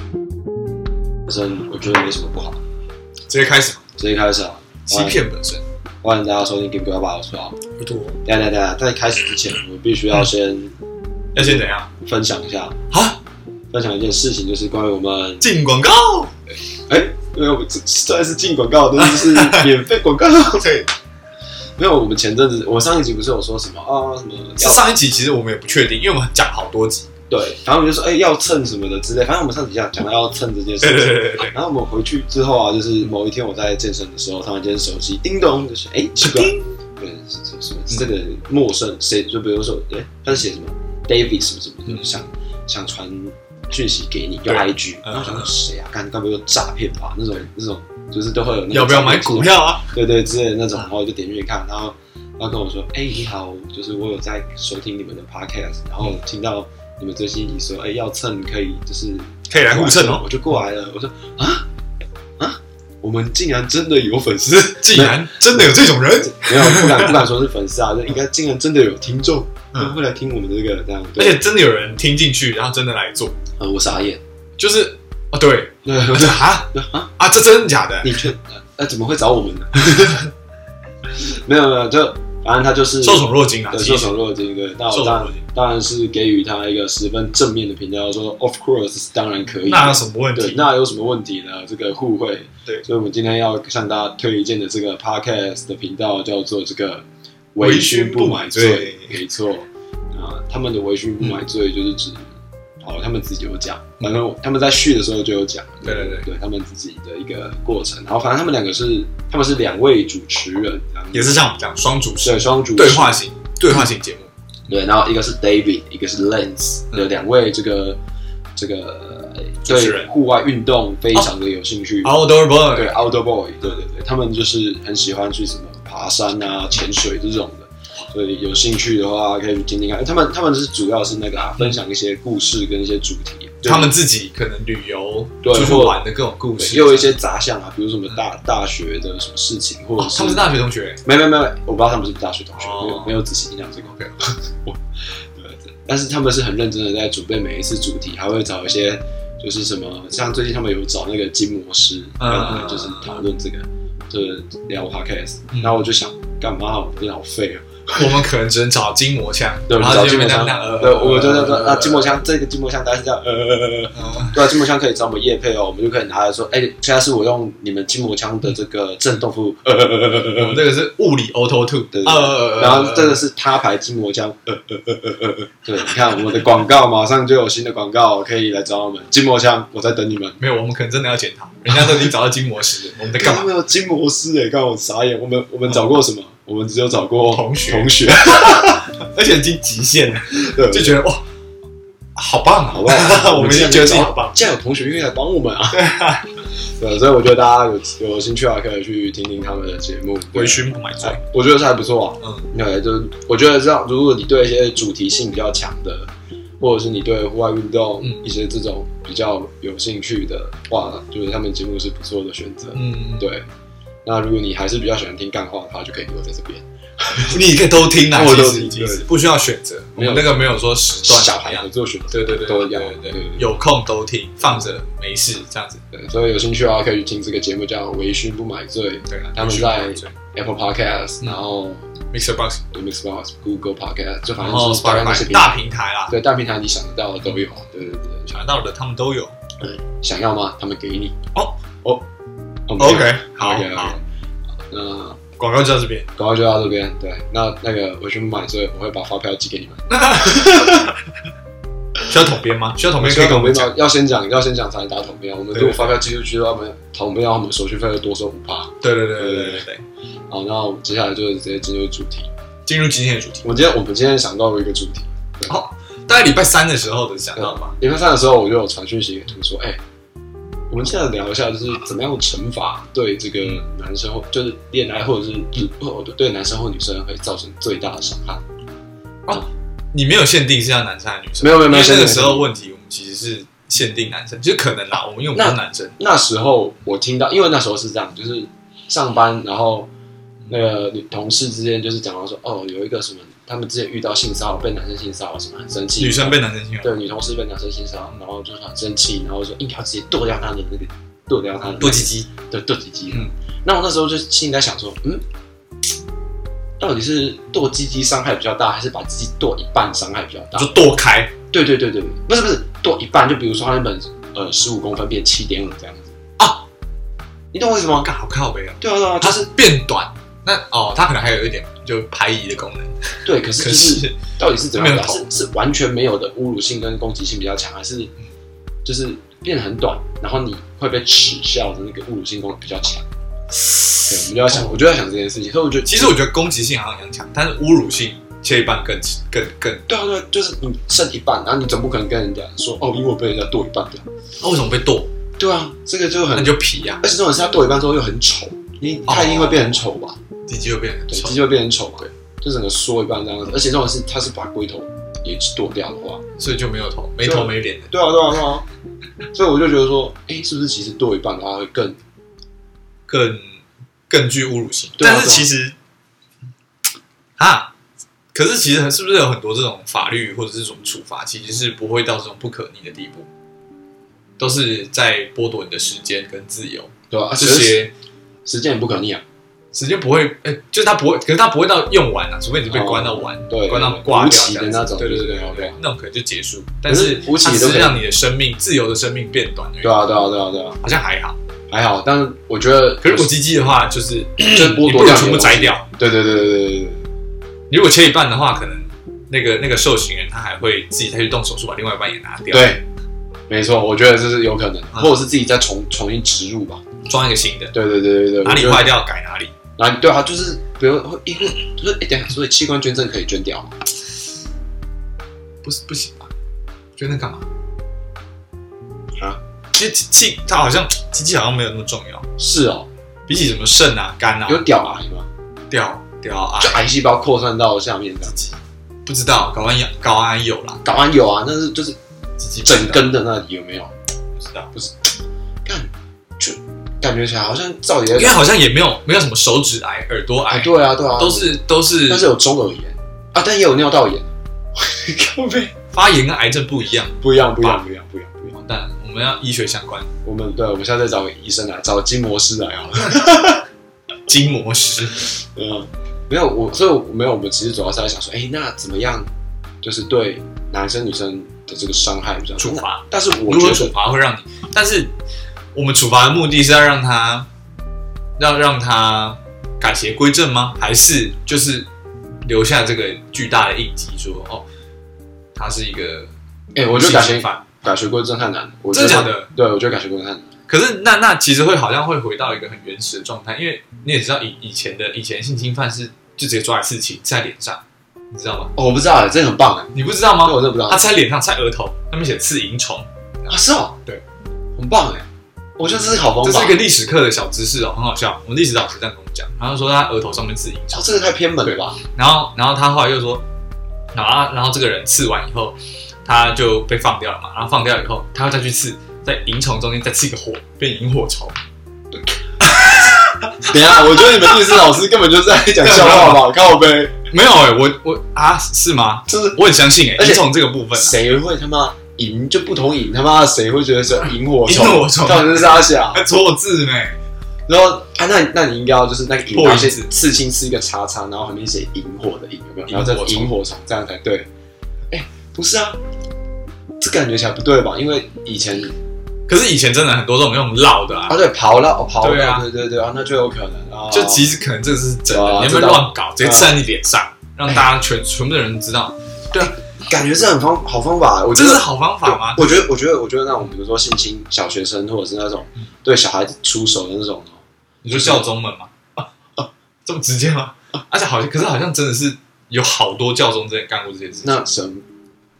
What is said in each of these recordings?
反正我觉得没什么不好，直接开始吧。直接开始啊！欺骗本身，欢迎大家收听《Game 不要把我说好》。不多，等一下等一下，在开始之前，我必须要先要先怎样？分享一下，好，分享一件事情，就是关于我们进广告。哎，因为我们这虽然是进广告，但是是免费广告。对，没有，我们前阵子，我上一集不是有说什么啊什么是要上一集其实我们也不确定，因为我们讲好多集。对，反正我们就说哎要蹭什么的之类，反正我们上集讲讲到要蹭这件事对对情。对对对，然后我们回去之后啊，就是某一天我在健身的时候，突然间手机叮咚，就是哎奇怪，对，是是是是这个陌生谁？就比如说，哎、他是写什么 David 什么什么，嗯就是想想传讯息给你，就对 IG，嗯然后想说谁啊？干干不又诈骗吧？那种那种就是都会有那种要不要买诈骗股集团？票啊？对对之类的那种，然后我就点进去看，然后他跟我说，哎、你好，就是我有在收听你们的 podcast，然后听到你们最新一集说，哎、要蹭可以就是可以来互蹭哦。我就过来了，我说啊啊，我们竟然真的有粉丝， 竟然真的有这种人，没有，不敢不敢说是粉 丝啊，就应该竟然真的有听众嗯会来听我们的这个这样，而对，且真的有人听进去，然后真的来做，呃，我傻眼，就是啊，对， 对，我我说说啊啊，啊，这真的假的？你却呃呃怎么会找我们呢？ 没有没有，就反正他就是受宠若惊啊，对其受实宠若惊，对，那受我宠当若然惊，当然是给予他一个十分正面的评价，说 of course 当然可以，那有什么问对，题？那有什么问题呢？这个互惠，对所以我们今天要向大家推荐的这个 podcast 的频道叫做这个“微微醺醺不不买买醉醉”，没错啊，他们的“微醺不买醉”就是指，好，他们自己有讲，反正他们在续的时候就有讲，嗯对对对对，他们自己的一个过程，然后反正他们两个是，他们是两位主持人，这样子也是像我们讲双主持对双主持对话型对话型节目，对，然后一个是 David，一个是 Lens，嗯有两位这个这个主持人哦对户外运动非常的有兴趣。 Outdoor 对 Boy， ，outdoor boy，对对对，他们就是很喜欢去什么爬山啊、潜水这种的，所以有兴趣的话可以去听听看。他们他们是主要是那个、啊、分享一些故事跟一些主题，他们自己可能旅游对出去或玩的各种故对事，也有一些杂项啊，比如什么大大学的什么事情，或者哦，是、他们是大学同学，没没没，我不知道他们是不是大学同学，哦没有没有仔细听讲这个。我对，但是他们是很认真的在准备每一次主题，还会找一些就是什么，像最近他们有找那个筋膜师，嗯然后就是讨论这个，就是聊 podcast、嗯然后我就想，干嘛我真的好废哦、 我们可能只能找筋膜枪，对，我们然后找就筋膜那枪样呃，对，我就在说啊，筋膜枪，枪这个筋膜枪，大家是这样，呃呃呃呃。呃对啊，筋膜枪可以找我们叶配哦，我们就可以拿来说，哎、现在是我用你们筋膜枪的这个震动服务，呃呃呃呃呃我呃们，这个是物理 auto two，对对对呃，然后这个是他牌筋膜枪，呃呃呃呃呃呃，对，你看我们的广告马上就有新的广告，可以来找我们筋膜枪，我在等你们。哎没有，我们可能真的要检讨，人家都已经找到筋膜师了，我 们在干干嘛？嘛有筋膜师哎、欸？刚我傻眼，我们我们找过什么？我们只有找过同学同学，而且已经极限了，对，就觉得哇，好棒啊，好不好？ 我们既也然觉得自己有好棒，既然有同学愿意来帮我们 啊，对所以我觉得大家有有兴趣啊，可以去听听他们的节目。对微醺不买醉哎，我觉得是还不错啊。嗯，对，就是我觉得这样，如果你对一些主题性比较强的，或者是你对户外运动、嗯一些这种比较有兴趣的话，就是他们节目是不错的选择。嗯，对，那如果你还是比较喜欢听干话的话，就可以留在这边。你可以都听啊，我其都实听其对实不需要选择，我没有们那个没有说时段小怎么孩样合，做选择，对对对，都一样对对对对对，对有空都听，放着没事这样子，对所以有兴趣的话可以去听这个节目，叫《微醺不买醉》对啊，他们微醺在不买醉 Apple Podcast，、嗯然后 Mixer Box， Mixbox、Google Podcast，就反然正后就是大概那些 Spotify 大平台啦，对大平台你想得到的都有。对对对对，想到的他们都有。想要吗？他们给你。哦哦哦 OK，好 OK 好 OK，，那广告就到这边。广告就到这边。对，那那个我去买，所以我会把发票寄给你们。需要统编吗？需要统编可所以以跟我我们们讲。要要先讲，要先讲才能打统编。我们对如果发票寄出去的话，我们统编要我们手续费会多收五趴。对对对对对对对。好，那我们接下来就直接进入主题。进入今天的主题，我今天我们今天想到了一个主题。大概礼拜三的时候的想到吧。礼拜三的时候，我就有传讯息给他们说，哎、我们现在聊一下，就是怎么样惩罚对这个男生或就是恋爱或者是或对男生或女生会造成最大的伤害。你没有限定是要男生还是女生，没有没有没有因为那限个定时候问题我们其实是限定男生，就是可能啦，我们因为我们那是男生，那时候我听到，因为那时候是这样，就是上班，然后那个女同事之间就是讲到说，哦，有一个什么，他们之前遇到性骚扰，被男生性骚扰，什么很生气，女生被男生侵扰，对女同事被男生性骚扰，然后就是很生气，然后说应该要直接剁掉他的那个，剁掉他的那个多鸡鸡，对剁鸡鸡。嗯那我那时候就心里在想说，嗯，到底是剁鸡鸡伤害比较大，还是把鸡鸡剁一半伤害比较大？就剁开，对对对对，对不是不是剁一半，就比如说它原本呃十五公分变七点五这样子啊，你懂我意思吗？干好靠背啊，对啊对啊，就它是是变短，那哦，它可能还有一点就排遗的功能，对，可是可就是是到底是怎么样的啊？没有是是完全没有的侮辱性跟攻击性比较强，还是嗯就是变得很短，然后你会被耻笑的那个侮辱性功能比较强？对，我们就要哦想，我就要想这件事情，所以我觉得其实我觉得攻击性好像很强，但是侮辱性切一半更更更，对啊对啊，就是你剩一半，然后你总不可能跟人家说哦，因为我被人家剁一半掉。那为什么被剁？对啊，这个就很那，就皮啊呀，而且这种是他剁一半之后又很丑，你他一定会变很丑吧？鸡鸡就变得很对，丑鸡，就会变成丑嘛，对，就整个缩一半这样子。而且这种是，它是把龟头也剁掉的话，所以就没有头，没头没脸的，对啊，对啊，对啊。所以我就觉得说，哎、是不是其实剁一半的话会更更更具侮辱性。对啊但是其实啊，可是其实是不是有很多这种法律或者是这种处罚，其实是不会到这种不可逆的地步，都是在剥夺你的时间跟自由对吧、啊？这可是些。时间也不可逆啊，时间不会，哎、就是它不会，可是它不会到用完啊，除非你是被关到完，哦对，关到挂无掉期这的样子那种，对对对对对对，OK，那种可能就结束。可但是是无期它也只都可是以让你的生命自由的生命变短而已，对啊，对啊，对啊，对啊，好像还好。还好。但是我觉得，可是我鸡鸡的 话，就是就是你剥不夺如掉全部摘掉，对对对对对对对，你如果切一半的话，可能那个那个受刑人他还会自己再去动手术把另外一半也拿掉，，对，没错，我觉得这是有可能，嗯或者是自己再重重新植入吧。装一个新的，对对对对对，哪里我觉得坏掉改哪里。哪里对啊，就是比如会因为就是哎，等一下，所以器官捐赠可以捐掉吗？不是不行吧？觉得那干嘛？啊，其实气它好像机器好像没有那么重要，是哦，比起什么肾啊、肝啊、有屌癌吗？掉掉啊就，癌细胞扩散到下面这样。不知道睾丸有睾丸有啦，睾丸有啊，但是就是自己整根的那里有没有？不知道，看，就感觉起来好像照理来因为讲，好像也没有没有什么手指癌、耳朵啊癌，对啊对啊，都是都是但是有中耳炎啊，但也有尿道炎， 靠背发炎跟癌症不一样。不一样不一样不一样不一样不一样，完蛋了，我们要医学相关，我们对，我们现在再找个医生来，找筋膜师来好了。筋膜石嗯，没有我，所以我没有，我们其实主要是在想说，哎，那怎么样，就是对男生女生的这个伤害比较处罚。但是我如觉果处得，罚会让你，但是我们处罚的目的是要让他，要让他改邪归正吗？还是就是留下这个巨大的印记说，哦，他是一个哎，我觉得改性侵学犯。改学归正太难了，我觉真得的假的？对，我觉得改学归正太难了。可是那那其实会好像会回到一个很原始的状态，因为你也知道以以前的以前性侵犯是就直接抓一次亲在脸上，你知道吗？哦，我不知道哎，这很棒哎，你不知这道我吗？真的不知道他在脸上，在额头上面写刺蝇虫，啊，是哦，对，很棒哎，我觉得这是好方这法是一。个历史课的小知识哦，很好笑。我们历史老师这样跟我们讲，然后说他额头上面刺蝇虫哦，，这个太偏门了吧？然后然后他后来又说，然后他然后这个人刺完以后，他就被放掉了嘛，然后放掉以后，他要再去刺，在蝇虫中间再刺一个火，变萤火虫，等一下，我觉得你们历史老师根本就是在讲笑话 吧？靠呗，没有哎、我我啊是吗？就是我很相信哎、而且萤虫这个部分啊、谁会他妈赢就不同赢，他妈的谁会觉得是萤火虫？萤火虫到底是啥想？ 还错字呢，然后啊，那那你应该要就是那个引破导音些字刺青是一个叉叉，然后旁边写萤火的萤，有没有？萤然火后虫再萤火虫这样才对。哎，不是啊，这感觉起来不对吧？因为以前可是以前真的很多这种用绕的啊啊，，对，刨了，哦刨对了，啊对对对啊，那就有可能啊。就其实可能这是对真啊的，你有知没道嗯有乱搞，直接刺在你脸上，让大家全全部的人知道，感觉是很方好方法，我觉这得是好方法吗？我觉得，我觉得，我觉得那种比如说性侵小学生，或者是那种对小孩子出手的那种，你说教宗们吗？啊这么直接吗？而且好像，可是好像真的是有好多教宗之前干过这件事情，那神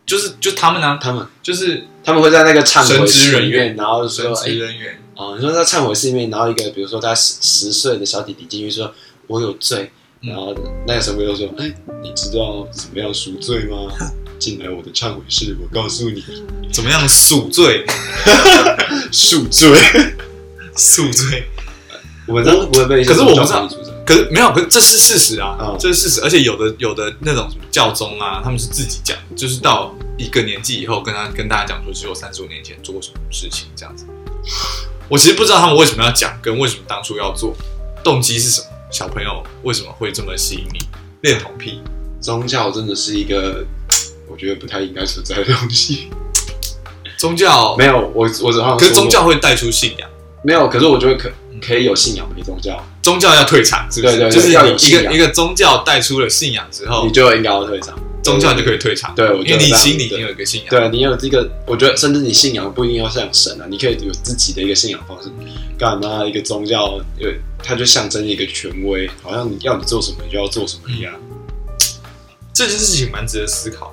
就是就他们呢、啊他们就是他们会在那个忏悔神职室人里员面，然后说神哎职人员，哦，你说在忏悔室里面，然后一个比如说他十十岁的小弟弟进去说：“我有罪，嗯然后那个神父就说：“哎，你知道怎么样赎罪吗？进来我的忏悔室，我告诉你，怎么样赎罪？赎罪。赎罪？”我们当时不会被一些可是我不知道宗教团体主张，可是没有，可是这是事实啊，嗯这是事实。而且有的有的那种什么教宗啊，他们是自己讲，就是到一个年纪以后，跟他跟大家讲说，只有三十五年前做过什么事情这样子。我其实不知道他们为什么要讲，跟为什么当初要做，动机是什么？小朋友为什么会这么吸引你？恋童癖，宗教真的是一个我觉得不太应该存在的东西。宗 教没，有，我我只好像哦可是说宗过教会带出信仰，没有，可是我觉得可嗯可以有信仰没宗教，宗教要退场，是不是？对对对就是要有你一信个仰一个宗教带出了信仰之后你，就应该要退场。宗教就可以退场，对我觉哦因为得你这样心里已对经有一个信仰。对啊你有这个，我觉得甚至你信仰不一定要像神啊，你可以有自己的一个信仰方式。干嘛一个宗教，有它就象征一个权威，好像你要你做什么，你就要做什么一样。嗯这件事情蛮值得思考的，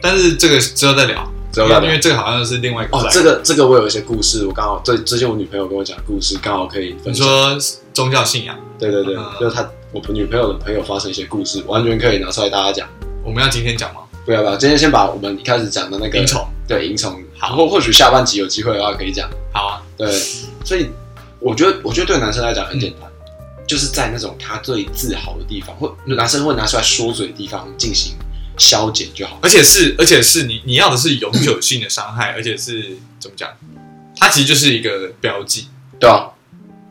但是这个之后再聊，之后再聊因为这个好像是另外一个哦，在这个这个我有一些故事，我刚好最最近我女朋友跟我讲的故事，刚好可以分你享。说宗教信仰，对对对，嗯就是她我女朋友的朋友发生一些故事，完全可以拿出来大家讲。我们要今天讲吗？不要不要，今天先把我们一开始讲的那个应酬，对萤虫，好或或许下半集有机会的话可以讲。好啊，对，所以我觉得，我觉得对男生来讲很简单，嗯就是在那种他最自豪的地方，或男生会拿出来说嘴的地方进行消减就好。而且是而且是你你要的是永久性的 伤害，而且是怎么讲？它其实就是一个标记，对啊，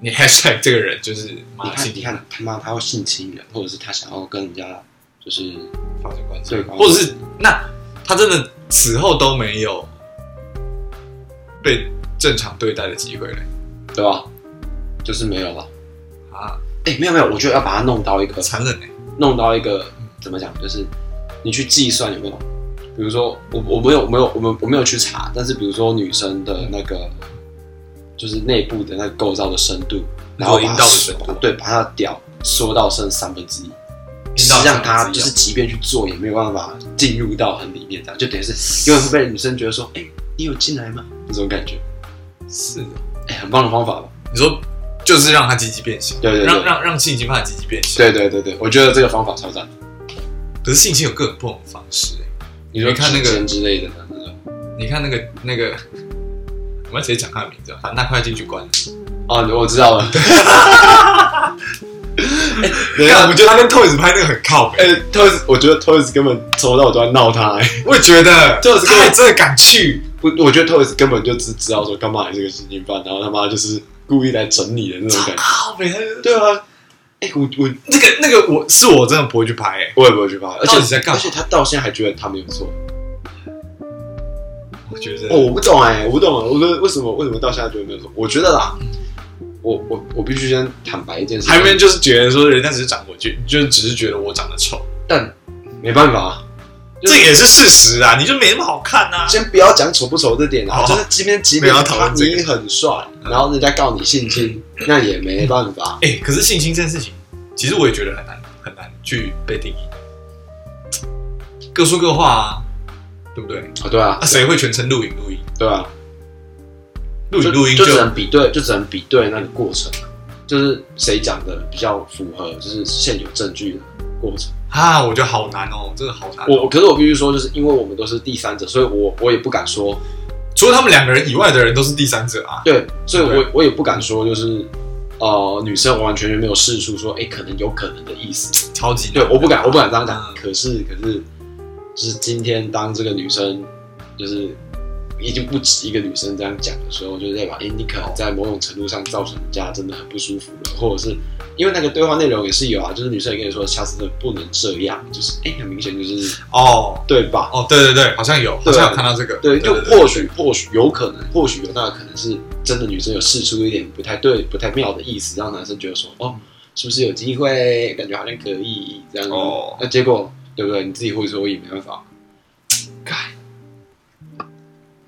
你 hashtag 这个人就是你马看，性你看他妈他要性侵人，或者是他想要跟人家就是发生关系对，或者是那他真的此后都没有被正常对待的机会了对吧？就是没有了。啊，哎、没有没有，我觉得要把它弄到一个残忍哎、弄到一个怎么讲，就是你去计算有没有，比如说我我没有我没有我们我没有去查，但是比如说女生的那个就是内部的那个构造的深度，然后阴道把它的缩深度对，把它的屌缩到剩三分之一，阴是道让它三分之就一啊是即便去做也没有办法进入到很里面，这样就等于是因为会被女生觉得说，哎、你有进来吗？这种感觉，是的。哎、很棒的方法吧？你说就是让他鸡鸡变小，对对对让让让性侵犯的鸡鸡变小。，对对对对，我觉得这个方法超赞。可是性侵有各种不同的方式、欸。你说你看那个指尖之类的呢？那种你看那个那个，我们要直接讲他的名字吧，反正他快进去关了。哦，我知道了。 对干我觉得他跟 Toys 拍那个很靠哎、北， t o y s 我觉得 Toys 根本抽到我都要闹他、欸。我也觉得 Toys 他还真的敢去，我我觉得 Toys 根本就只知道说干嘛你是个神经犯，然后他妈就是故意来整你的那种感觉。靠北。对啊，哎、我我那个那个我是我真的不会去拍、欸，我也不会去怕，而且到底在干而嘛且他到现在还觉得他没有错。我觉得哦，我不懂哎、我不懂，我说为什么为什么到现在觉得没有错？我觉得啦，我我我必须先坦白一件事情，还没就是觉得说人家只是长我觉，就只是觉得我长得丑，但没办法啊，就是这也是事实啊，你就没那么好看啊。先不要讲丑不丑这点啊，好就是今天即便哦没有要讨他论这个嗯你很帅，然后人家告你性侵，那也没办法。哎、可是性侵这件事情，其实我也觉得很难很难去被定义，各说各话啊，对不对？啊，对啊啊，，谁会全程录影录音？对啊，录影录音就只能比对，就只能比对那个过程啊，就是谁讲的比较符合，就是现有证据的过程。啊，我觉得好难哦，真的好难、我可是我必须说，就是因为我们都是第三者，所以我我也不敢说，除了他们两个人以外的人都是第三者啊。对，所以我对我也不敢说，就是呃，女生完完全全没有试出说，哎，可能有可能的意思。超级对，我不敢，我不敢这样讲。嗯可是，可是，就是今天当这个女生就是已经不止一个女生这样讲的时候，就是代表，哎、你可能在某种程度上造成人家真的很不舒服了，或者是因为那个对话内容也是有啊，就是女生也跟你说，下次真的不能这样，就是哎、很明显就是哦对吧？哦，对对对，好像有，好对像有看到这个，对，就对对或许或许有可能，或许有那个可能是真的女生有试出一点不太对、不太妙的意思，让男生觉得说，哦，是不是有机会？感觉好像可以这样子。哦那结果对不对？你自己会说也没办法。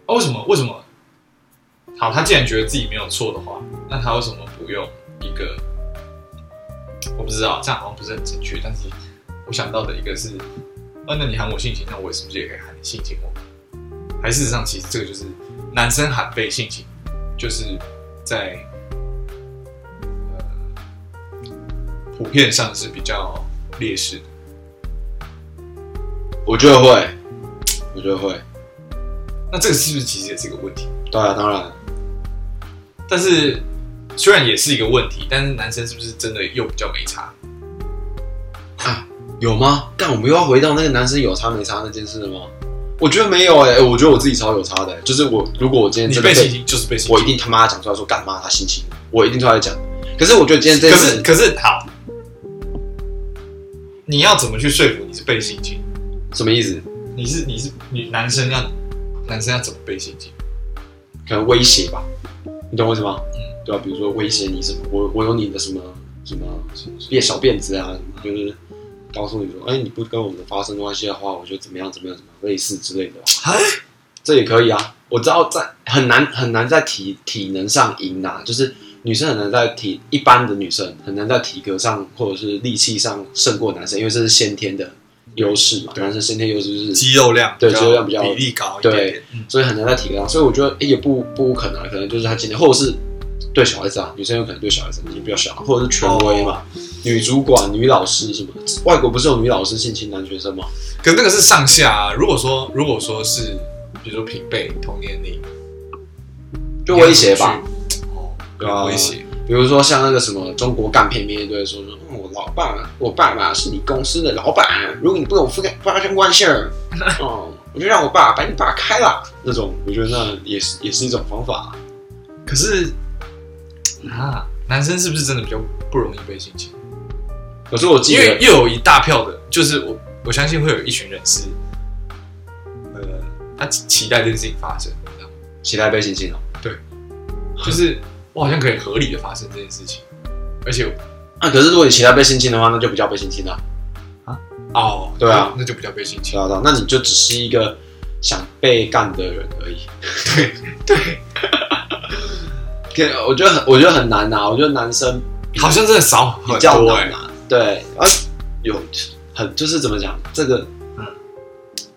哦，为什么为什么？好，他既然觉得自己没有错的话，那他为什么不用一个？我不知道，这样好像不是很正确。但是我想到的一个是，啊，那你喊我性侵，那我是不是也可以喊你性侵我？还事实上，其实这个就是男生喊被性侵，就是在呃普遍上是比较劣势？我觉得会，我觉得会。那这个是不是其实也是一个问题？对啊，当然，但是虽然也是一个问题，但是男生是不是真的又比较没差？啊，有吗？但我们又要回到那个男生有差没差那件事了吗？我觉得没有哎、欸我觉得我自己超有差的欸、就是我如果我今天你真的被性侵就是被性侵，我一定他妈讲出来说干嘛他性侵我，我一定出来讲。可是我觉得今天这可件是事，可是好，你要怎么去说服你是被性侵？什么意思？你是你是你男生要男生要怎么被性侵？可能威胁吧，你懂我意思吗？嗯对啊，比如说威胁你什么，我我有你的什么什么辫小辫子啊，什么就是告诉你说，哎、你不跟我们发生关系的话，我就怎么样怎么样怎么样类似之类的吧。哎，这也可以啊。我知道在很难很难在体体能上赢啊，就是女生很难在体一般的女生很难在体格上或者是力气上胜过男生，因为这是先天的优势嘛。男生先天优势就是，肌肉量对比较肌肉量比较比例高一点点，嗯所以很难在体格上。所以我觉得、哎诶也不不无可能啊，可能就是他今天或者是对小孩子啊，女生有可能对小孩子年纪比较小，或者是权威嘛，女主管、女老师什么的。外国不是有女老师性侵男学生吗？可是那个是上下啊。如果说如果说是比如说平辈同年龄，就威胁吧。你要怎么去。哦对啊威胁，比如说像那个什么中国干片面一堆说说，嗯，我老爸，我爸爸是你公司的老板，如果你不跟我发生关系儿，哦、我就让我爸把你爸开了。那种我觉得那也是也是一种方法。可是啊，男生是不是真的比较不容易被性侵？可是我记因为得，又有一大票的，就是我我相信会有一群人是，呃，他期期待这件事情发生，你知道吗期待被性侵哦，嗯就是我好像可以合理的发生这件事情，而且啊，可是如果你期待被性侵的话，那就不叫被性侵了，哦，对啊那，那就不叫被性知侵，道到，那你就只是一个想被干的人而已。 对， 可我觉得很我觉得很难啊，我觉得男生好像真的少很比较多哎、难啊。对，啊，有很就是怎么讲，这个、嗯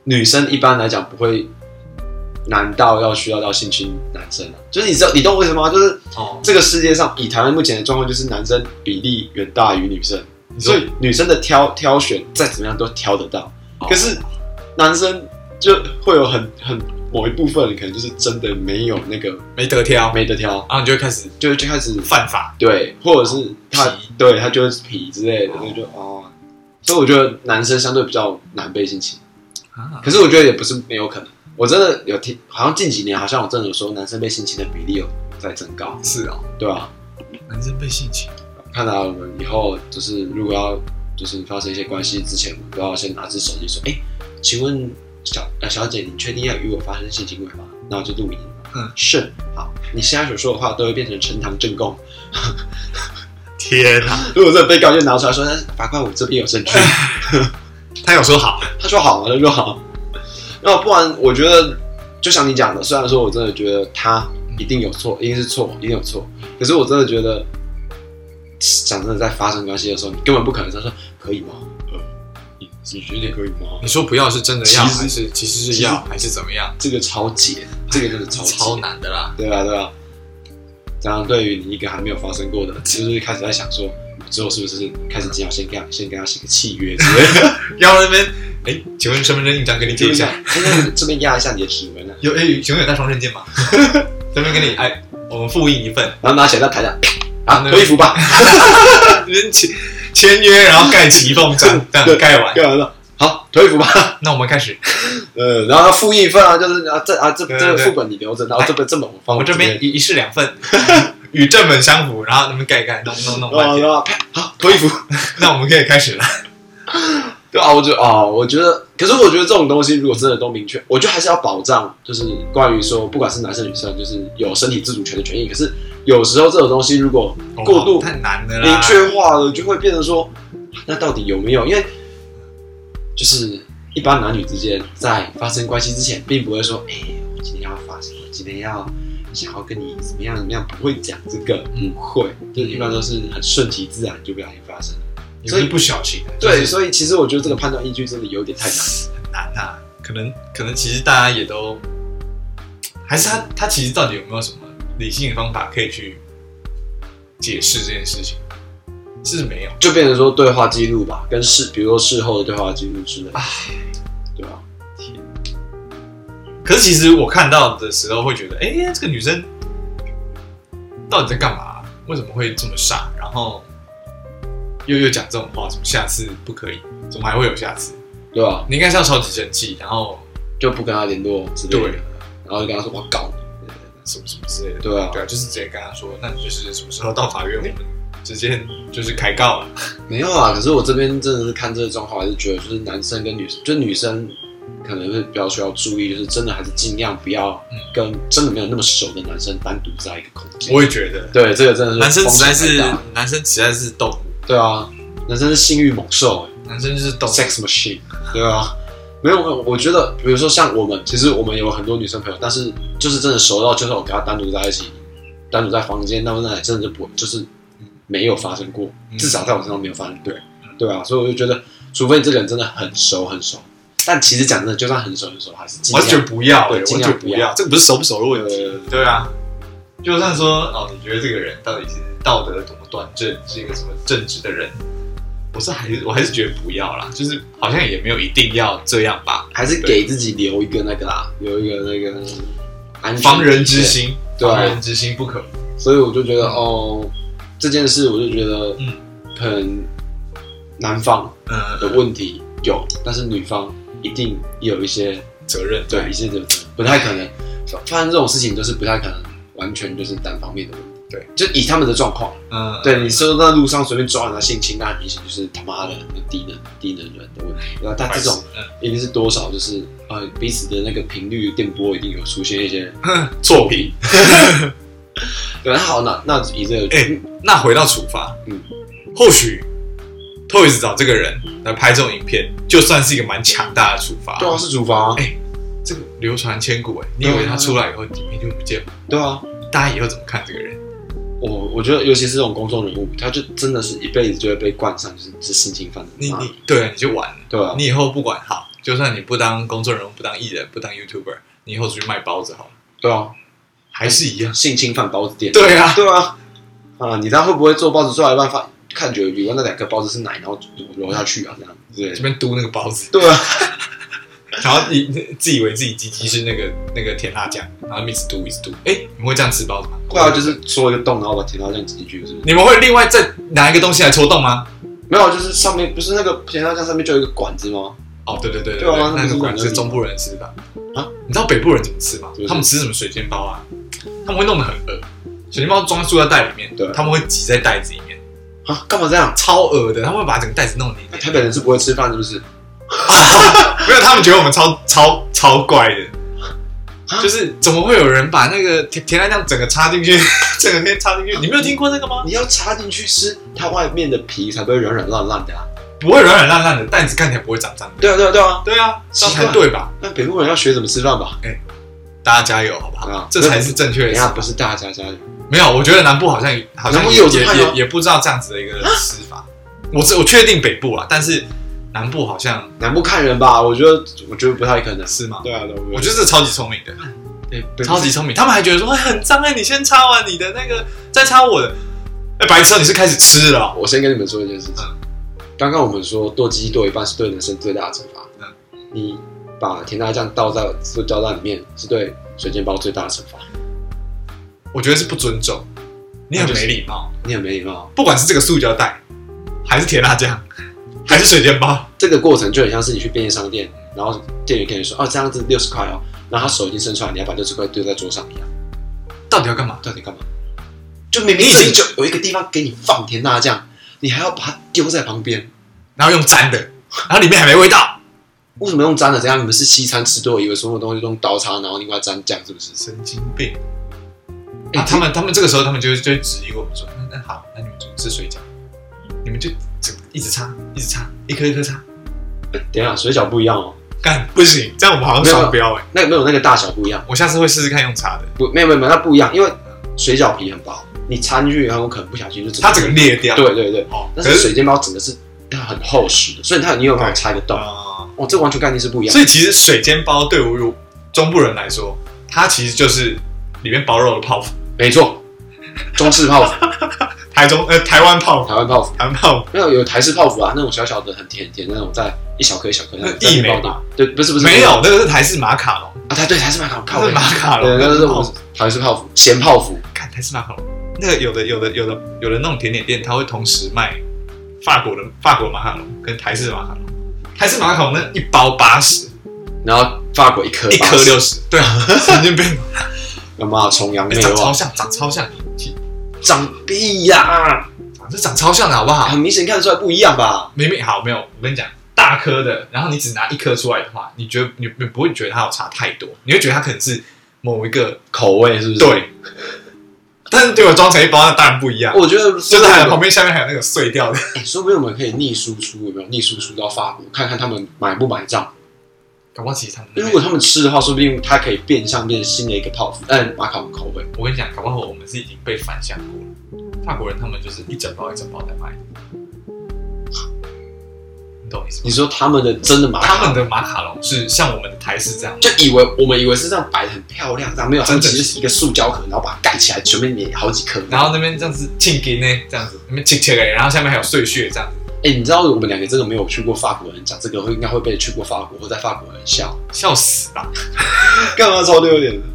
女生一般来讲不会难到要需要到性侵男生啊。就是你知道你懂我为什么吗？就是哦，这个世界上以台湾目前的状况，就是男生比例远大于女生，你说所以女生的挑挑选再怎么样都挑得到，哦可是男生就会有很很某一部分人可能就是真的没有那个没得挑，没得挑，然后你就会开始就就开始犯法，对，或者是他皮对他就是皮之类的，哦所以就哦，所以我觉得男生相对比较难被性侵，啊可是我觉得也不是没有可能。我真的有听，好像近几年好像我真的有说男生被性侵的比例有在增高，是哦，对吧、男生被性侵，看来我们以后就是如果要就是发生一些关系之前，我们都要先拿只手机说，哎，请问小呃小姐，你确定要与我发生性行为吗？然后就录音。嗯，是好，你现在所说的话都会变成呈堂证供，天啊，如果这个被告就拿出来说，但是法官，我这边有证据。他有说好，他说好嘛，他说好。那不然，我觉得就像你讲的，虽然说我真的觉得他一定有错，一定是错，一定有错。可是我真的觉得，讲真的，在发生关系的时候，你根本不可能他说可以吗？呃，你你觉得可以吗？你说不要是真的要，其实还是其实其是实要，还是怎么样？这个超解，这个真的超解超，难的啦，对吧、啊对吧、这样对于你一个还没有发生过的，就是开始在想说，之后是不是开始今天要先跟他先跟他写个契约之类的？ 要那边，哎，请问身份证印章给你借一下。哎，那这边压一下你的指纹啊，有哎，请问有带双刃剑 吗？这边给你哎，我们复印一份，然后拿起来在台上，啊，那个脱衣服 吧。这边签签约，然后盖骑缝章，这样盖完，干完了，好，脱衣服吧。那我们开始。呃，然后要复印一份啊，就是啊这啊这对对这个对哎副本你留着，然后这本这本我放我这边一一式两份， 与正本相符，然后你们盖一盖，弄弄弄半哦，天，然后啪，好脱衣服。那我们可以开始了。对啊，我觉得啊，我觉得，可是我觉得这种东西如果真的都明确，我觉得还是要保障，就是关于说不管是男生女生，就是有身体自主权的权益。可是有时候这种东西如果 过度哦太难的明啦，确化了，就会变成说，那到底有没有？因为就是一般男女之间在发生关系之前，并不会说，哎、我今天要发生，我今天要想要跟你怎么样怎么样，不会讲这个，嗯不会，就是一般都是很顺其自然就不小心发生了。所以不小心的，对，就是所以其实我觉得这个判断依据真的有点太难。很难啊。可能可能其实大家也都，还是他他其实到底有没有什么理性的方法可以去解释这件事情？是没有。就变成说对话记录吧，跟事，比如说事后的对话记录之类的，唉，对吧、可是其实我看到的时候会觉得，哎、这个女生到底在干嘛？为什么会这么傻？然后又又讲这种话，什么下次不可以，怎么还会有下次？对吧、你应该是要超级生气，然后就不跟他联络之类的对，然后就跟他说我搞你，什么什么之类的。对啊，对啊，就是直接跟他说，那你就是什么时候到法院，我们直接就是开告了。没有啊。可是我这边真的是看这个状况，还是觉得就是男生跟女生，就女生可能是比较需要注意，就是真的还是尽量不要嗯跟真的没有那么熟的男生单独在一个空间。我也觉得，对，这个真的是男生实在风是险太大了男生实在是动物，对啊，男生是性欲猛兽、欸。男生就是动物。 sex machine，对啊，没有没有，我觉得比如说像我们，其实我们有很多女生朋友，但是就是真的熟到，就算我跟她单独在一起，单独在房间，那那真的就不就是没有发生过，嗯至少在我身上没有发生过，对啊，所以我就觉得，除非这个人真的很熟很熟，但其实讲真的，就算很熟很熟，还是尽我就觉量得不要，对我尽就量不不要要，这个不是熟不熟的问题对，对啊。就算说哦，你觉得这个人到底是道德多么端正，是一个什么正直的人，我是还是我还是觉得不要啦，就是好像也没有一定要这样吧，还是给自己留一个那个啦，留一个那个安全防人之心，对防人之心不可无。所以我就觉得、嗯哦，这件事我就觉得，嗯可能男方的嗯，问题有，但是女方一定也有一些责任对一些的不太可能发生这种事情，就是不太可能完全就是单方面的问题。对，就以他们的状况，嗯，对你说在路上随便抓人家性侵，那很明显就是他妈的那低能低能人的问题。对啊但这种一定是多少就是呃彼此的那个频率电波一定有出现一些。嗯 作品。对，那好，那那以这个，哎、那回到处罚，嗯或许 Toys 找这个人来拍这种影片，就算是一个蛮强大的处罚。对啊是处罚啊哎，这个流传千古哎、你以为他出来以后影片就不见了？对啊，大家以后怎么看这个人？我我觉得，尤其是这种公众人物，他就真的是一辈子就会被冠上就是是性侵犯的你骂你对啊，你就完了。对啊，你以后不管好，就算你不当公众人物、不当艺人、不当 YouTuber，你以后出去卖包子好了，对啊，还是一样。性侵犯包子店，对啊，对啊，啊，你知道会不会做包子出来的办法？看觉得比如那两个包子是奶，然后揉下去啊，这样之类这的。边嘟那个包子，对啊，然后你自以为自己鸡鸡是那个那个甜辣酱，然后一直嘟一直嘟。哎、你们会这样吃包子吗？怪啊，就是戳一个洞，然后把甜辣酱挤进去，是不是？你们会另外再拿一个东西来戳洞吗？没有，就是上面不是那个甜辣酱上面就有一个管子吗？哦，对对对对啊那那个个管管是子中部人吃的啊。你知道北部人怎么吃吗怎么？吃他们吃什么水煎包啊？他们会弄得很恶，水煎包装在塑料袋里面，对他们会挤在袋子里面，啊，干嘛这样？超恶的，他们会把整个袋子弄里那面。台北人是不会吃饭是不是？没有，他们觉得我们超超超怪的，啊就是怎么会有人把那个甜甜辣酱整个插进去， 整个天插进去？你没有听过这个吗？你要插进去吃，它外面的皮才不会软软烂烂的啊。不会软软烂烂的，袋子看起来不会脏脏的。对啊，对啊，对啊。对啊，这样奇怪才对吧？那北部人要学怎么吃饭吧？大家加油好不好啊？这才是正确等的一思下法。不是大家加油，没有，我觉得南部好像好像南部也也有这也派吗也也不知道这样子的一个吃法。我是我确定北部啊，但是南部好像南部看人吧，我觉得我觉得不太可能。是吗？对啊，对啊，我觉得这超级聪明的，得欸超级聪明。他们还觉得说哎很脏哎，你先擦完你的那个，再擦我的。哎，白痴，你是开始吃了哦？我先跟你们说一件事情。嗯刚刚我们说剁鸡剁一半是对人生最大的惩罚。嗯你把甜辣酱倒在塑胶袋里面，是对水煎包最大的惩罚。我觉得是不尊重，你很那就没是礼貌。你很没礼貌。不管是这个塑胶袋，还是甜辣酱，还是水煎包，这个过程就很像是你去便利商店，然后店员跟你说：“哦，这样子六十块哦。”然后他手已经伸出来，你要把六十块丢在桌上一样，到底要干嘛？到底干嘛？就明明你已已经经就有一个地方给你放甜辣酱，你还要把它丢在旁边，然后用粘的，然后里面还没味道，为什么用粘的？怎样？你们是西餐吃多，以为所有东西都用刀叉，然后另外沾酱，是不是？神经病。哎啊，他们他们这个时候他们就就会质疑我们说，那那好，那你们就吃水饺，你们就这一直擦，一直擦，一颗一颗擦，等一下，水饺不一样哦，干不行，这样我们好像双标哎、那个没有那个大小不一样，我下次会试试看用擦的，不，没有没有没有，那不一样，因为水饺皮很薄，你插进去很有可能不小心就整它整个裂掉。对对对，哦，但可是是水煎包整个是它很厚实的，所以它你有办法插一个洞。啊、哦，这完全概念是不一样所。以其实水煎包对我中部人来说，它其实就是里面包肉的泡芙，没错，中式泡芙，台中呃台湾泡芙，台湾泡芙台湾泡芙没有有台式泡芙啊，那种小小的很甜很甜那种，在一小颗一小颗那种那意美在面包打，对，不是不是没有，那个是台式马卡龙，啊，台对台式马卡龙，靠那是北马卡龙，对，那那是是我泡们台式泡芙，咸泡芙，看台式马卡龙，那个有的有的有的有的那种甜点店，它会同时卖法国的法国马卡龙跟台式马卡龙。台式马卡龙那一包八十，然后法国一颗一颗80六十，对啊，神经病，哎干嘛崇洋媚长超外，像，长超像，啊长屁呀，这长超像的好不好？很明显看得出来不一样吧？明明好没有，我跟你讲，大颗的，然后你只拿一颗出来的话，你觉得你你不会觉得它有差太多，你会觉得它可能是某一个口味是不是？，对，但是对我装成一包，那当然不一样，我觉得说就是不定还我有们旁边下面还有那个碎掉的，哎说不定我们可以逆输出，有没有逆输出到法国，看看他们买不买账？搞不好其实他们那边如果他们吃的话，说不定它可以变相变新的一个泡芙，但马卡龙口味。我跟你讲，搞不好我们是已经被反向过了。法国人他们就是一整包一整包在卖，你懂我意思你吗？说他们的真的马他卡们龙，的马卡龙是像我们的台式这样，就以为我们以为是这样摆的很漂亮，这样没有，他们真其的实是一个塑胶壳，然后把它盖起来，全面粘好几颗。然后那边这样子庆给呢，这样子那边切切嘞，然后下面还有碎屑这样子，哎、你知道我们两个真的没有去过法国人讲这个会应该会被去过法国或在法国人笑，笑死吧！ 干嘛超丢脸的？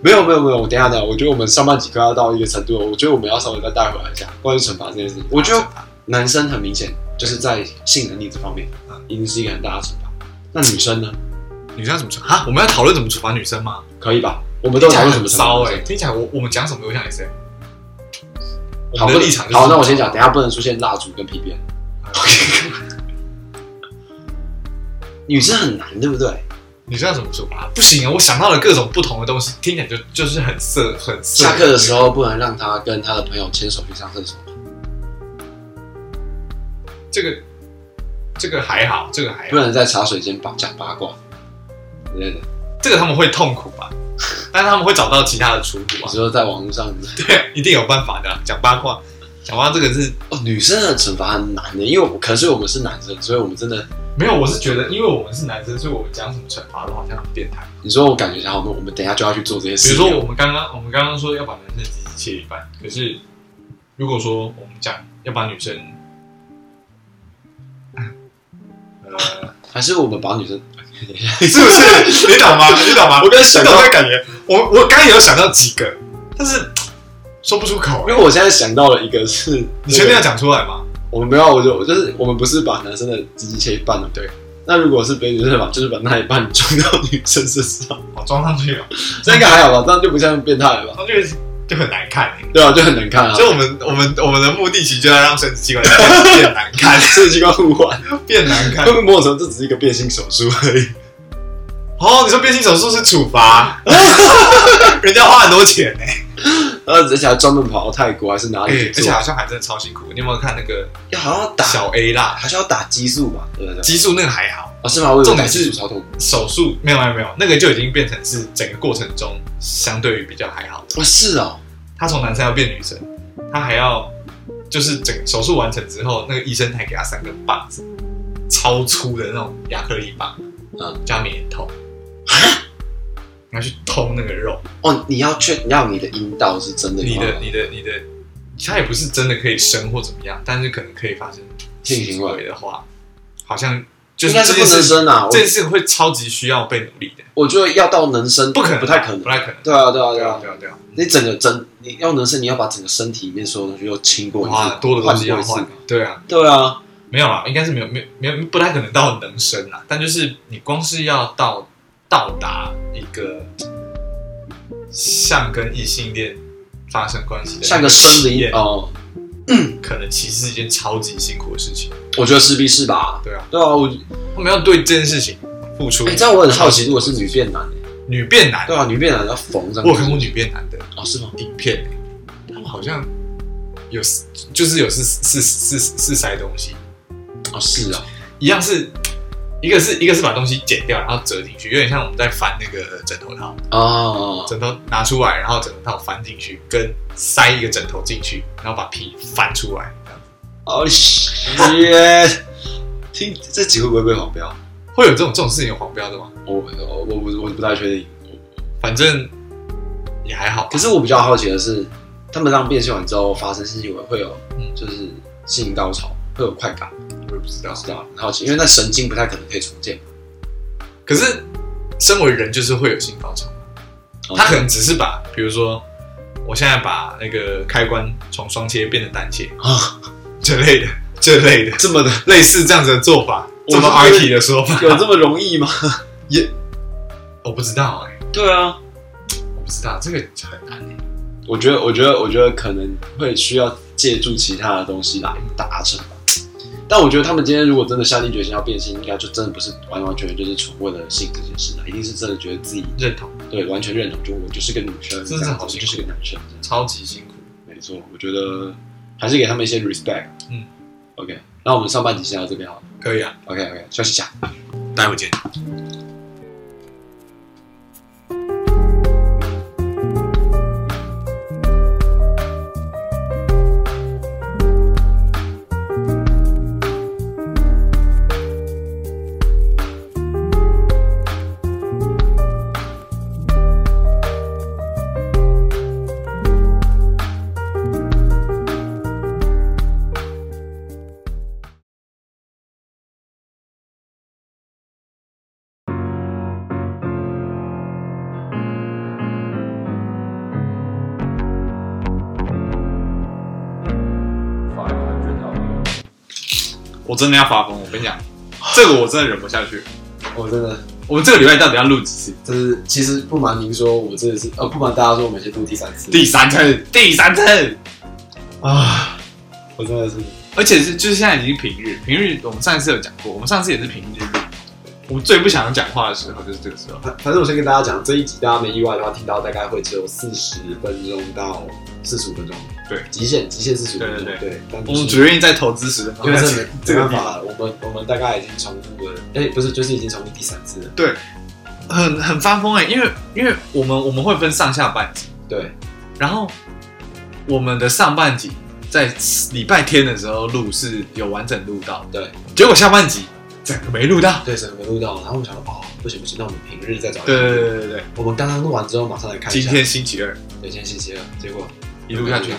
没有没有没有，我等一下等一下，我觉得我们上半集快要到一个程度了，我觉得我们要稍微再带回来一下关于惩罚这件事情。我觉啊得男生很明显就是在性能力这方面啊嗯，一定是一个很大的惩罚。那女生呢？女生要怎么处啊？我们要讨论怎么处罚女生吗？可以吧？我们我都讨论什么惩罚骚哎，听起来我我们讲什么，我想也是。我好，们不的立场就是好，那我先讲，等一下不能出现蜡烛跟皮 鞭。女生很难，对不对？女生要怎么处罚？不行啊！我想到了各种不同的东西，听起来就就是很色很色。下课的时候不能让她跟她的朋友牵手去上厕所。这个这个还好，这个还不好，能在茶水间八讲八卦之类的。这个他们会痛苦吧？但是他们会找到其他的出路我啊，说在网络上， 对，一定有办法的啊。讲八卦，讲八卦这个是哦，女生的惩罚很难的，因为我可是我们是男生，所以我们真的，没有，我是觉得，因为我们是男生，所以我们讲什么惩罚都好像很变态。你说我感觉一下，我们我们等一下就要去做这些比事。如说，我们刚刚我们刚刚说要把男生的鸡鸡切一半，可是如果说我们讲要把女生， 呃，还是我们把 女生，是不是？你懂吗？你懂吗？我刚才你想懂到这，个感觉？我我刚刚有想到几个，但是说不出口啊因。为我现在想到了一个是，你确定要讲出来吗？我们不要，我就我就是我们不是把男生的鸡鸡切一半了，对。那如果是被女生把，就是把那一半装到女生身上，我哦装上去了，这样应该还好吧？这样就不像变态了吧？装上去就很难看、欸。对啊，就很难看啊， 所以我们我们我们的目的其实就要让生殖器官变 变难看，这器官互换，变难看会。不会某种程度这只是一个变性手术而已？哦，你说变性手术是处罚？ 人家花很多钱呢、欸然后而且还专门跑到泰国还是哪里去哎而且做好像还真的超辛苦。你有没有看那个要好像打，小 A 啦？还是要打激素吧？对不对？激素那个还好，哦，是吗？我以为重点打激是素超痛苦。手术没有没有没有，那个就已经变成是整个过程中相对于比较还好的。哦，是哦，他从男生要变女生，他还要就是整个手术完成之后，那个医生还给他三根棒子，超粗的那种亚克力棒，嗯，啊加棉头，你要去通那个肉，哦，你要确要你的阴道是真的有你办的法你的你的，他也不是真的可以生或怎么样，但是可能可以发生性行为的话，好像就是应该是这件不能事生啊。这件事会超级需要被努力的，我我觉得要到能生，不可能，不太可能不。太可能，对啊，对啊，对啊啊，对啊对啊，你整个整你要能生，你要把整个身体里面所有东西都清过一哇，次，多的东西要过一次换，对啊，对啊，没有啦，应该是没有，没有，没有，不太可能到能生啦。但就是你光是要到到达一个像跟异性恋发生关系的像个生体理验，哦，可能其实是一件超级辛苦的事情。我觉得势必是吧？对啊，对啊，我他们要对这件事情付出。哎你知道我很好奇，如果是女变男，女变男，对啊，女变男要缝这我有看样，过女变男的哦，是吗？影片、欸，他们好像有就是有是是是是是塞东西，哦，是啊，一样是一个是一个是把东西剪掉然后折进去，有点像我们在翻那个枕头套。哦，枕头拿出来，然后枕头套翻进去，跟塞一个枕头进去，然后把屁翻出来，这样子哦耶！听这集会不会被黄标？会有这种这种事情有黄标的吗？我我我不我不太确定。反正也还好吧。可是我比较好奇的是，他们让变性完之后发生性行为会有嗯，就是性高潮，会有快感，我也不知道我。知道，很好奇，因为那神经不太可能可以重建。可是，身为人就是会有性高潮，哦他可能只是把，比如说，我现在把那个开关从双切变成单切啊，这类的，这类的，这么的类似这样子的做法，我这么是不 R 是 T 的说法，有这么容 易吗？我不知道哎、对啊，我不知道这个很难、欸。我觉得，我觉得，我觉得可能会需要借助其他的东西来达成吧。但我觉得他们今天如果真的下定决心要变性，应该就真的不是完完全全就是纯为了性这件事了，一定是真的觉得自己认同，对完全认同，就我就是个女生，真是好我辛苦就是个男生，这样超级辛苦。没错。我觉得还是给他们一些 respect。嗯，OK，那我们上半集先到这边好了。可以啊， OK OK，休息一下。待会见。我真的要发疯，我跟你讲，这个我真的忍不下去。我哦真的，我们这个礼拜到底要录几次？就是其实不瞒您说，我真的是呃，不瞒大家说，我们先录第三次。第三次，第三次，啊，我真的是。而且是就是现在已经平日，平日我们上一次有讲过，我们上次也是平日录。我最不想讲话的时候就是这个时候，反反正我先跟大家讲，这一集大家没意外的话，听到大概会只有四十分钟到四十五分钟，对极限极限四十五分钟，对对。但我就们是只愿意再投资十分钟因为这没这这个个地办方法，我们我们大概已经重复了，哎、不是，就是已经重复第三次了，很很发疯哎、因为因为我们我们会分上下半集，对，然后我们的上半集在礼拜天的时候录是有完整录到，对，结果下半集整个没录到。对，整个没录到，然后我们想说，哦，不行不行，那我们平日再找一对个，对对对对，我们刚刚录完之后马上来看一今下，天星期二对，今天星期二，结果一录下去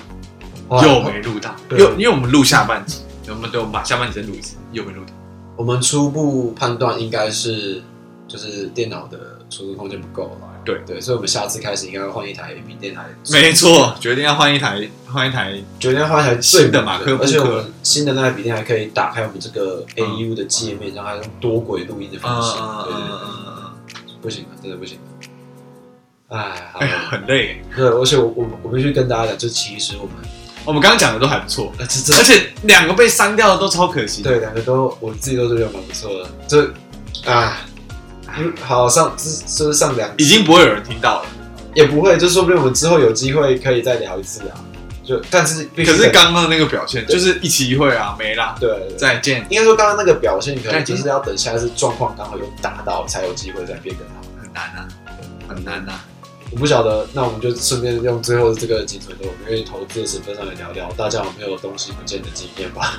哇又没录到，对又因为我们录下半集，我们对我们把下半集再录一次，又没录到。我们初步判断应该是就是电脑的储存空间不够了，对对，所以我们下次开始应该要换一台笔电来，没错，决定要换一台换一台决定要换一台最新的马克布克嗯而且我们新的那台笔电还可以打开我们这个 AU 的界面，然后还用多轨录音的方式，对对对嗯，不行了，真的不行了。哎， 好哎呀，了，很累。对，而且我我我必须跟大家讲，就其实我们，我们刚刚讲的都还不错，呃，这而这且两个被删掉的都超可惜。，对两个都我自己都觉得蛮不错的，这啊，嗯，好上这就是上两集已经不会有人听到了。也不会，就说不定我们之后有机会可以再聊一次啊。就但是必须可是得刚刚的那个表现就是一期一会啊，没啦，对对对再见。应该说刚刚那个表现，可再能见就是要等下一次状况刚好有达到，才有机会再变更好。很难啊，很难啊。我不晓得，那我们就顺便用最后这个集团的我们愿意投资的身份上来聊聊，大家有没有东西不见的经验吧？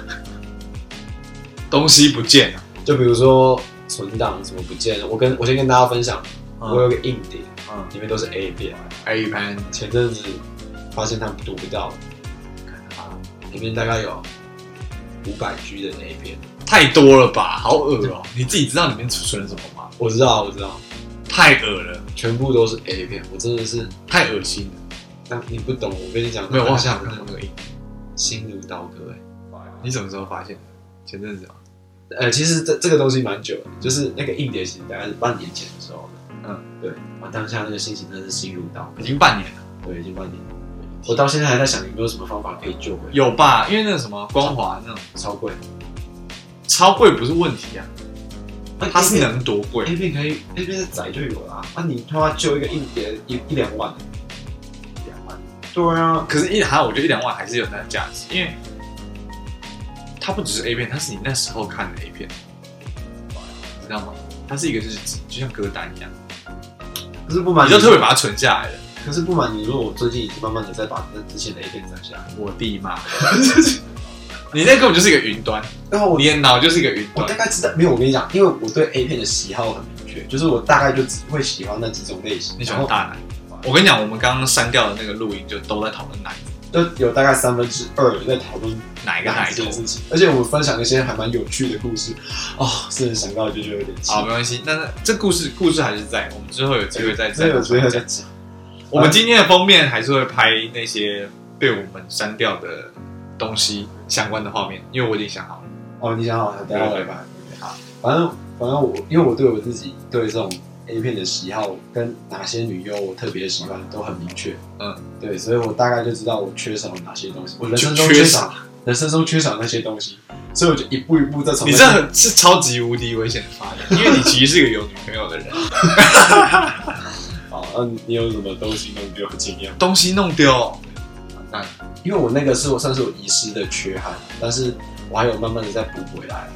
东西不见啊了，就比如说存档什么不见了，我跟我先跟大家分享，我有个硬碟，嗯里面都是 A 片，啊，A 盘前阵子发现他们读不到，啊，里面大概有五百 G 的 A 片，太多了吧，好恶哦、你自己知道里面储存了什么吗？我知道，我知道。太恶了，全部都是 A 片，我真的是，太恶心了。但你不懂，我跟你讲，没有，我好像想有看过那个影片。心如刀割欸哎、你什么时候发现的？前阵子吗？呃，其实这这个东西蛮久的，就是那个硬碟，其实大概是半年前的时候的，嗯，对，我当下那个心情真的是心如刀已割，经半年了。对，已经半年了，我到现在还在想有没有什么方法可以救回，有吧？因为那个什么光华那种超贵，超贵不是问题啊，啊它是 A 片能多贵？ A 片可以 A 片的载就有啦，啊，你他妈救一个硬碟一一两万，两万，对啊，可是一还好我觉得一两万还是有它的价值，因为它不只是 A 片，它是你那时候看的 A 片，你知道吗？它是一个日记，就像歌单一样，可是不瞒你就特别把它存下来了。可是不瞒你说，我最近已经慢慢的在把那之前的 A 片摘下来。我弟妈，你那根本就是一个云端，然后我你的脑就是一个云我大端。概知道，没有我跟你讲，因为我对 A 片的喜好很明确，就是我大概就只会喜欢那几种类型。你喜然欢后大奶？我跟你讲，我们刚刚删掉的那个录音就都在讨论奶子，就有大概三分之二人在讨论哪一个哪奶一这种件？事情，而且我们分享一些还蛮有趣的故事，哦，真的想到就觉得有点气。好，没关系。那那这故事故事还是在，我们之后有机会再 这再个有机会再讲。讲。我们今天的封面还是会拍那些被我们删掉的东西相关的画面，因为我已经想好了。哦，你想好了，等一下对来吧。好，反正反正我因为我对我自己对这种 A 片的喜好跟哪些女优我特别喜欢都很明确，嗯，对，所以我大概就知道我缺少了哪些东西，我人生就中缺缺少少人生中缺少那些东西，所以我就一步一步在从你这很是超级无敌危险的发言，因为你其实是一个有女朋友的人，好，那你你有什么东西能给我经验？东西弄丢，完蛋。因为我那个是我算是我遗失的缺憾，但是我还有慢慢的在补回来。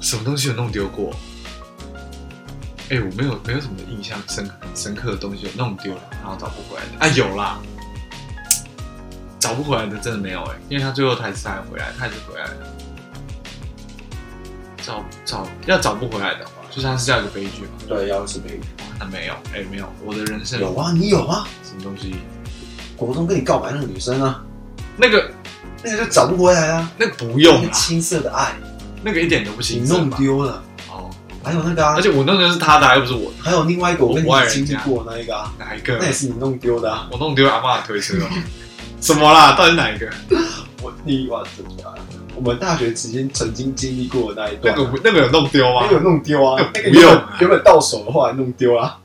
什么东西有弄丢过？哎、我没有没有什么印象深刻深刻的东西有弄丢了，然后找不回来的啊，有啦，找不回来的真的没有哎、因为他最后他还是还回来，他还是回来了。找找要找不回来的话，就是他是这样一个悲剧嘛。对，要是被哇那没有，哎、没有，我的人生有啊，你有啊，什么东西？国中跟你告白那个女生啊，那个那个就找不回来啊，那个不用 那啦个，青涩的爱。那个一点都不你轻松弄吧丢了，哦。还有那个啊而，且我弄的是他的，又不是我的，还有另外一个我跟你我不爱人经历家过那一个啊，哪一个那？也是你弄丢的啊。我弄丢阿妈的推车哦。 什么啦？到底哪一个？我你哇，真的啊，我们大学期间曾经经历过的那一那段啊，个不那个有弄丢吗那？个有弄丢啊，那那个个不用原本原本到手的话弄丢啊，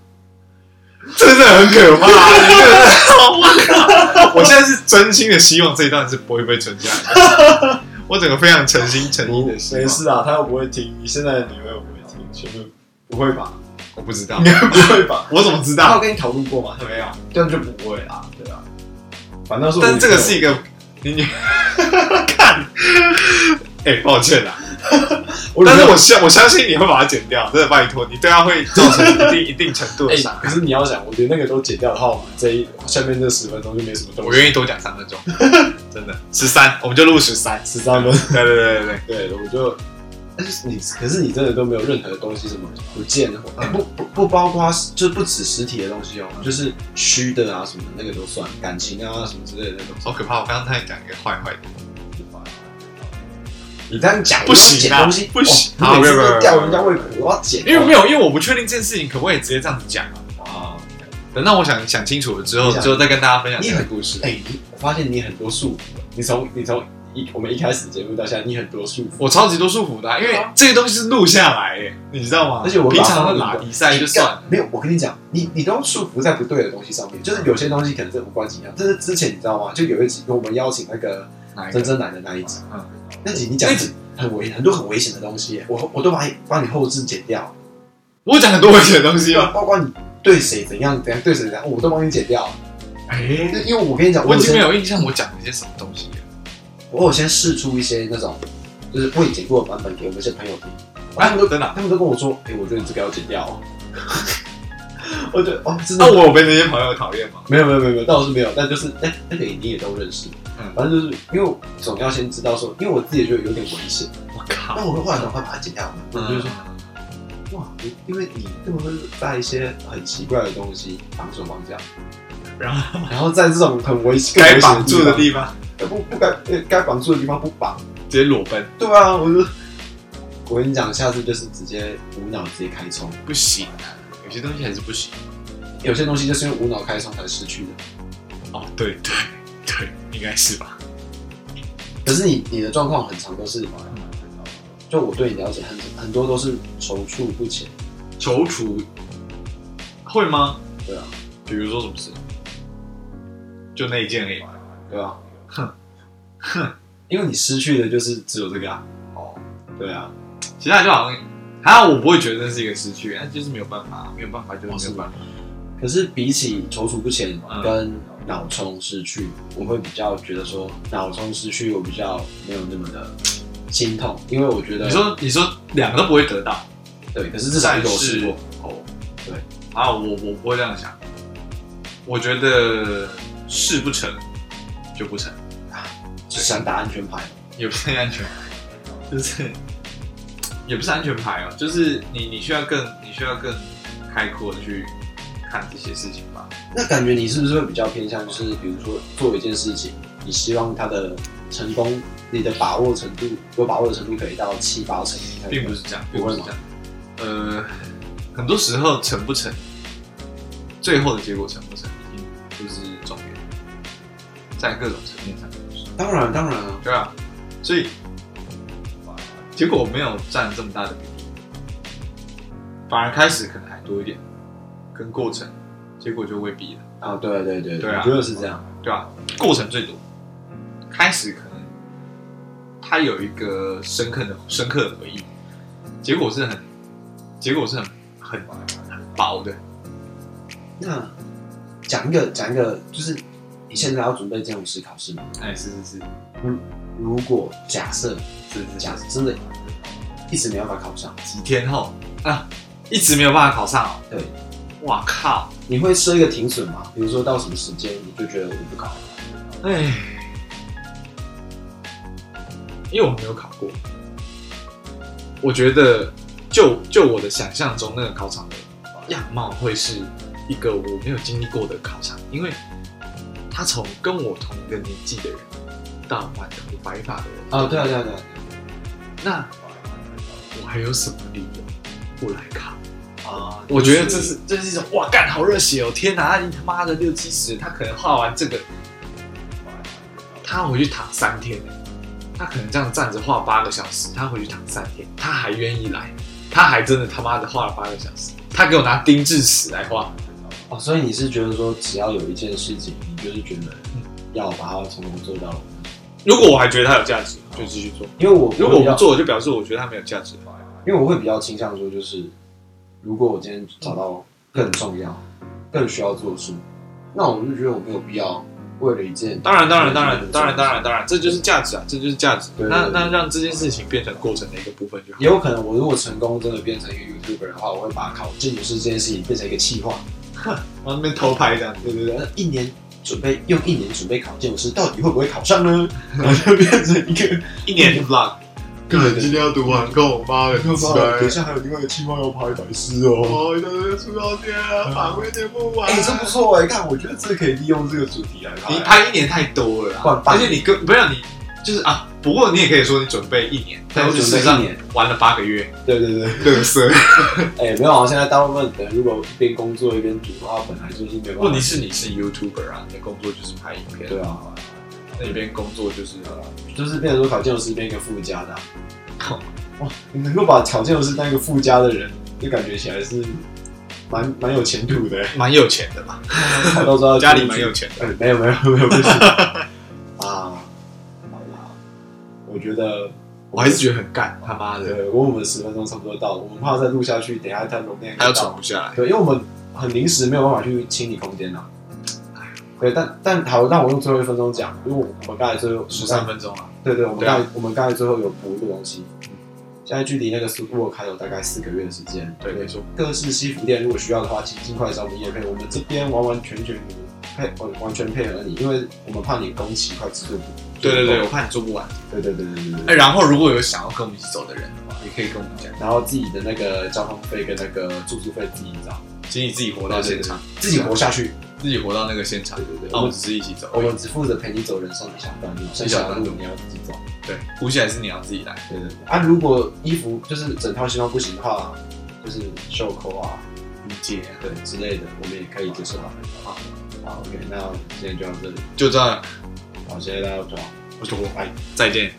真的很可 怕，真的好怕。我现在是真心的希望这一段是不会被存下来的，我整个非常诚心诚意不的没希望。事啊，他又不会听，你现在的女儿又不会听，全部不会 吧？我不知道应，该 不会 吧？我怎么知他有道？跟你讨论过吗？啊没有，这样就不会啊，对啊，反正是 我但是这个是一女个你你看，哎，抱歉啦。朋友，但女是朋友我相我相信你会把它剪掉，真的拜托你，对它会造成一定一定程度的哎、伤害。可是你要想，我连那个都剪掉的话，我们这一下面这十分钟就没什么东我西，愿意多讲三分钟，真的十三，我们就录十三。十三分。对对对对对，对，我就， 但是你，可是你真的都没有任何东西什么不见的，哎不不不包括，就不止实体的东西哦，就是虚的啊什么的那个都算，感情啊什么之类的那种。好可怕！我刚刚差点讲一个坏坏的。你这样讲不行啊我要剪东西不行哦啊好我每次不要不要都吊人家胃口，我要剪， 因为没有，因为我不确定这件事情可不可以直接这样子讲啊。啊。等到我想想清楚了之后，你想之后再跟大家分享这个你故事。哎、你我发现你很多束缚，你从你从一我们一开始节目到现在，你很多束缚，我超级多束缚的啊、因为这些东西是录下来耶，你知道吗？而且我平把它常的录打过比赛就算了，没有，我跟你讲，你你都束缚在不对的东西上面，就是有些东西可能是无关紧要。但是之前你知道吗？就有一集我们邀请那个哪一珍个？珍奶的那一集，嗯那集你讲那集很危很多很危险的东西耶，我我都把你帮你后置剪掉，我讲很多危险的东西 吗？包括你对谁怎样怎样对谁怎样，我都帮你剪掉。哎、因为因为我跟你讲，我我已有经没先有印象我讲了一些什么东西了。我有先试出一些那种就是未剪过的版本给我们一些朋友听，啊他们都真的啊他们都跟我说，哎，我觉得你这个要剪掉哦。 我觉得哦，真的那我有被那些朋友讨厌吗？没有没有没有没有，倒是没有，但就是那那个你也都认识，嗯反正就是因为总要先知道说，因为我自己也觉得有点危险，我靠！啊那我后来赶快把它剪掉，我就说嗯哇，你因为你这么会在一些很奇怪的东西绑手绑脚，然后然后在这种很危险、该绑住的地方方不不该呃该绑住的地方不绑，直接裸奔，对啊，我就我跟你讲，下次就是直接无脑直接开冲，不行啊，有些东西还是不行。有些东西就是因为无脑开冲才失去的，哦，对对对，应该是吧。可是你你的状况很常都是，就我对你了解很很多都是踌躇不前。踌躇会吗？对啊，比如说什么事？就那一件而已嘛。对啊，哼，哼，因为你失去的就是只有这个啊。哦，对啊，其他就好像还好，我不会觉得那是一个失去，但就是没有办法，没有办法哦就是没有办法。可是比起踌躇不前嗯跟脑充失去，我会比较觉得说脑充失去，我比较没有那么的心痛，因为我觉得你说你说两个都不会得到，对，可是至少一个我试过，哦，对啊，我我不会这样想，我觉得事不成就不成，只想打安全牌。也不是安全牌，就是也不是安全牌哦，就是你你需要更你需要更开阔的去看这些事情吧。那感觉你是不是会比较偏向，就是比如说做一件事情，你希望它的成功，你的把握程度，有把握的程度可以到七八成，并不是这样，并不不会是吗这样。呃，很多时候成不成，最后的结果成不成，已经不是重点，在各种层面上都是。当然当然啊，对啊，所以呃结果我没有占这么大的比例，反而开始可能还多一点，跟过程，结果就未必了，啊对对对对啊我觉得是这样，对吧、过程最多，开始可能他有一个深刻的深刻的回忆，结果是很，结果是很很很薄的，那讲一个讲一个，就是你现在要准备这种思考试吗？哎，是是是如果假设是是假假设真的一直没办法考上，几天后啊，一直没有办法考上、哦，对，哇靠，你会设一个停损吗？比如说到什么时间你就觉得我不考了？哎，因为我没有考过，我觉得就就我的想象中，那个考场的样貌会是一个我没有经历过的考场，因为他从跟我同一个年纪的人到满头白发的人啊，对啊对啊对啊，那我还有什么理由不来考？啊，我觉得这是这是一种哇干好热血哦！天哪，你他妈的六七十，他可能画完这个，他回去躺三天，他可能这样站着画八个小时，他回去躺三天，他还愿意来，他还真的他妈的画了八个小时，他给我拿丁字尺来画，哦，所以你是觉得说，只要有一件事情，你就是觉得嗯要把它从头做到尾，如果我还觉得它有价值，就继续做；因为我如果我比较不，做，就表示我觉得它没有价值。因为我会比较倾向说，就是如果我今天找到更重要、更需要做的事，那我就觉得我没有必要为了一件当然，当然，当然，当然，当然，当然，这就是价值啊，这就是价值。对那对对那让这件事情变成过程的一个部分就好。也有可能，我如果成功真的变成一个 YouTuber 的话，我会把考建筑师这件事情变成一个企划，往那边偷拍这样。对对对，那一年准备用一年准备考建筑师，到底会不会考上呢？ 然后就变成一个，一 年 vlog，干今天要读完够，妈的，等一下还有另外一个企划要拍白痴哦。我就是出道天啊，法规念不完哎、这不错哎、看，我觉得这可以利用这个主题啊来你拍一年太多了换啦，半而且年你跟不要你就是啊，不过你也可以说你准备一年，但是事实我上准备一玩了八个月，对对对，乐色。哎、没有啊，现在大部分人如果一边工作一边读的话，本来就是没有办法。问题是你是 YouTuber 啊，你的工作就是拍影片，对啊，那你边工作就是呃就是变成说考建筑师变一个附加的、好啊。哇，你能够把考建筑师当一个附加的人，就感觉起来是蛮蛮有前途 的、蛮有钱的嘛，考到时候要家里蛮有钱的。哎、没有没有没有不行啊，好啦，我觉得。我还是觉得很干，他妈的，对，我们十分钟差不多到了，我们怕再录下去，等一下太容易还要喘不下来。对，因为我们很临时，没有办法去清理空间啊。对，但但好，那我用最后一分钟讲，因为我们刚才最后十三，分钟啊，对对，我们对啊刚才、我们刚才最后有补一个东西。现在距离那个苏布尔开有大概四个月的时间。对，没，错，各式西服店如果需要的话，请尽快找我们叶配，我们这边完完全全配完完全配合你，因为我们怕你工期快制作不对对对，我怕你做不完。对对对对对对哎，然后如果有想要跟我们一起走的人，也可以跟我们讲，然后自己的那个交通费跟那个住宿费自己找，请你自己活到现场，哦自己活下去。自己活到那个现场对。哦对对，哦那我我们们只是一起走我，们只负责陪你走人生的一小段路，剩下的路你要自己走。对，呼吸还是你要自己来。对对对。啊，如果衣服就是整套西装不行的话，就是袖扣啊，理解，对之类的，我们也可以接受啊。好，好，OK，那今天就到这里，就这样，好，谢谢大家收看。我是我，哎再见。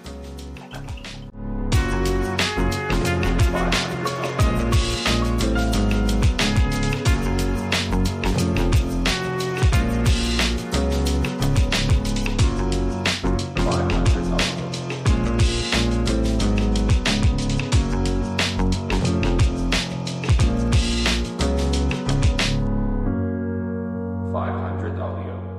500 audio.